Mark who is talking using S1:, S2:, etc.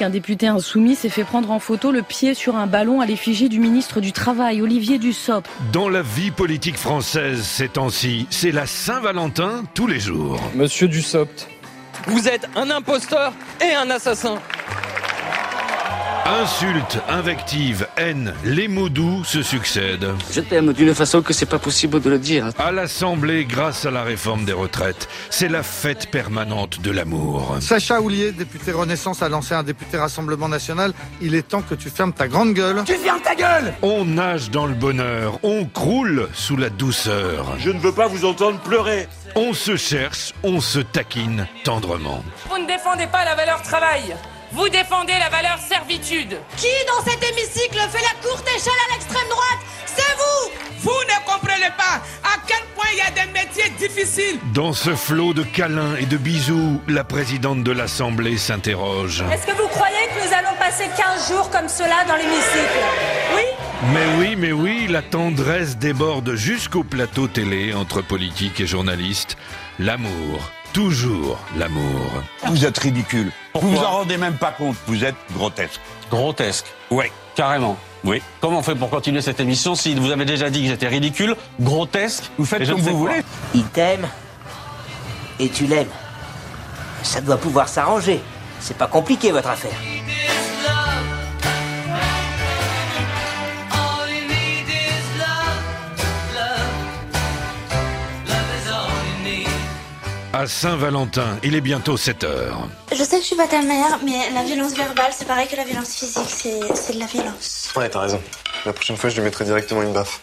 S1: Un député insoumis s'est fait prendre en photo le pied sur un ballon à l'effigie du ministre du Travail, Olivier Dussopt.
S2: Dans la vie politique française ces temps-ci, c'est la Saint-Valentin tous les jours.
S3: Monsieur Dussopt,
S4: vous êtes un imposteur et un assassin.
S2: Insultes, invectives, haine, les mots doux se succèdent.
S5: Je t'aime d'une façon que c'est pas possible de le dire.
S2: À l'Assemblée, grâce à la réforme des retraites, c'est la fête permanente de l'amour.
S6: Sacha Houlier, député Renaissance, a lancé un député Rassemblement National. Il est temps que tu fermes ta grande gueule.
S7: Tu fermes ta gueule
S2: On nage dans le bonheur, on croule sous la douceur.
S8: Je ne veux pas vous entendre pleurer.
S2: On se cherche, on se taquine tendrement.
S9: Vous ne défendez pas la valeur travail vous défendez la valeur servitude.
S10: Qui dans cet hémicycle fait la courte échelle à l'extrême droite C'est vous
S11: Vous ne comprenez pas à quel point il y a des métiers difficiles.
S2: Dans ce flot de câlins et de bisous, la présidente de l'Assemblée s'interroge.
S12: Est-ce que vous croyez que nous allons passer 15 jours comme cela dans l'hémicycle Oui
S2: mais oui, mais oui, la tendresse déborde jusqu'au plateau télé entre politiques et journalistes. L'amour, toujours l'amour.
S13: Vous êtes ridicule. Pourquoi vous vous en rendez même pas compte. Vous êtes grotesque.
S14: Grotesque
S13: Oui.
S14: Carrément.
S13: Oui.
S14: Comment on fait pour continuer cette émission si vous avez déjà dit que j'étais ridicule, grotesque
S13: Vous faites comme vous voulez.
S15: Il t'aime et tu l'aimes. Ça doit pouvoir s'arranger. C'est pas compliqué votre affaire.
S2: À Saint-Valentin, il est bientôt 7 heures.
S16: Je sais que je suis pas ta mère, mais la violence verbale, c'est pareil que la violence physique, c'est de la violence.
S17: Ouais, t'as raison. La prochaine fois, je lui mettrai directement une baffe.